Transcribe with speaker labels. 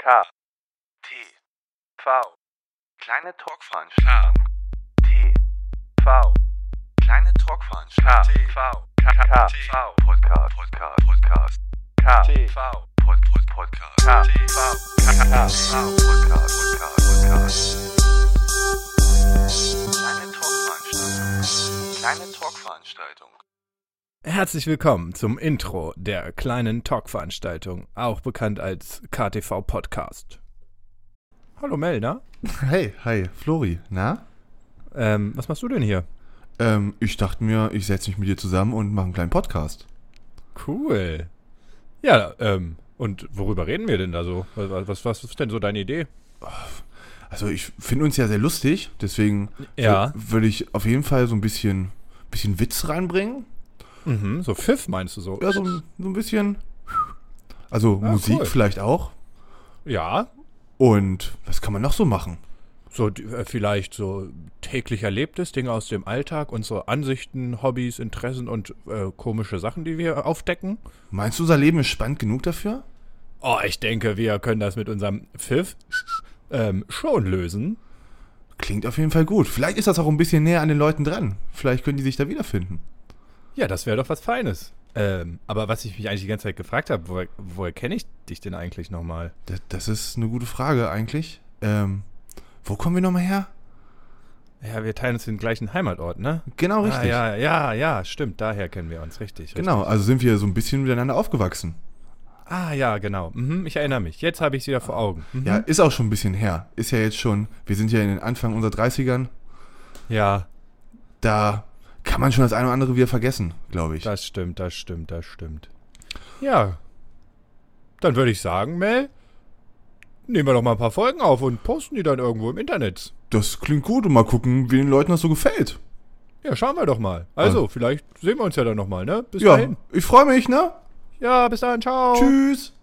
Speaker 1: K. T. V. Kleine Talkveranstaltung. T. V. Kleine Talkveranstaltung. K. V. K. K. V. Podcast. Podcast. Podcast. K. T. V. Pod, Pod, Podcast. K. V. K. K. V. Podcast. Podcast. Podcast. Kleine Talkveranstaltung. Kleine Talkveranstaltung.
Speaker 2: Herzlich willkommen zum Intro der kleinen Talkveranstaltung, auch bekannt als KTV Podcast. Hallo Melna,
Speaker 3: Hey, hi, Flori, na?
Speaker 2: ähm, was machst du denn hier?
Speaker 3: Ähm, ich dachte mir, ich setze mich mit dir zusammen und mache einen kleinen Podcast.
Speaker 2: Cool. Ja, ähm, und worüber reden wir denn da so? Was, was, was ist denn so deine Idee?
Speaker 3: Also ich finde uns ja sehr lustig, deswegen
Speaker 2: Ja.
Speaker 3: würde ich auf jeden Fall so ein bisschen, bisschen Witz reinbringen.
Speaker 2: Mhm, so Pfiff meinst du so?
Speaker 3: Ja, so, ein- so ein bisschen. Also
Speaker 2: Ah,
Speaker 3: Musik
Speaker 2: cool.
Speaker 3: vielleicht auch.
Speaker 2: Ja,
Speaker 3: Und was kann man noch so machen?
Speaker 2: so die- äh, vielleicht so täglich Erlebtes, Dinge aus dem Alltag, unsere Ansichten, Hobbys, Interessen und äh, komische Sachen, die wir aufdecken.
Speaker 3: Meinst du, unser Leben ist spannend genug dafür?
Speaker 2: Oh, ich denke, wir können das mit unserem Pfiff ähm, schon lösen.
Speaker 3: Klingt auf jeden Fall gut. Vielleicht ist das auch ein bisschen näher an den Leuten dran. Vielleicht können die sich da wiederfinden.
Speaker 2: Ja, das wäre doch was Feines. Ähm, aber was ich mich eigentlich die ganze Zeit gefragt habe, woher, woher kenne ich dich denn eigentlich nochmal?
Speaker 3: Das, das ist eine gute Frage eigentlich. Ähm, wo kommen wir nochmal her?
Speaker 2: Ja, wir teilen uns den gleichen Heimatort, ne?
Speaker 3: Genau richtig.
Speaker 2: Ah, ja, ja, ja, stimmt. Daher kennen wir uns, richtig. richtig.
Speaker 3: Genau, also sind wir so ein bisschen miteinander aufgewachsen.
Speaker 2: Ah, ja, genau. Mhm, ich erinnere mich. Jetzt habe ich sie wieder vor Augen. Mhm.
Speaker 3: Ja, ist auch schon ein bisschen her. Ist ja jetzt schon, wir sind ja in den Anfang unserer 30ern.
Speaker 2: ja,
Speaker 3: Da kann man schon das eine oder andere wieder vergessen, glaube ich.
Speaker 2: das stimmt, das stimmt, das stimmt. Ja. Dann würde ich sagen, Mel, nehmen wir doch mal ein paar Folgen auf und posten die dann irgendwo im Internet.
Speaker 3: Das klingt gut und mal gucken, wie den Leuten das so gefällt.
Speaker 2: Ja, schauen wir doch mal. Also, vielleicht sehen wir uns ja dann nochmal, ne? Bis
Speaker 3: ja,
Speaker 2: dahin.
Speaker 3: ich freue mich, ne?
Speaker 2: Ja, bis dahin, ciao.
Speaker 3: Tschüss.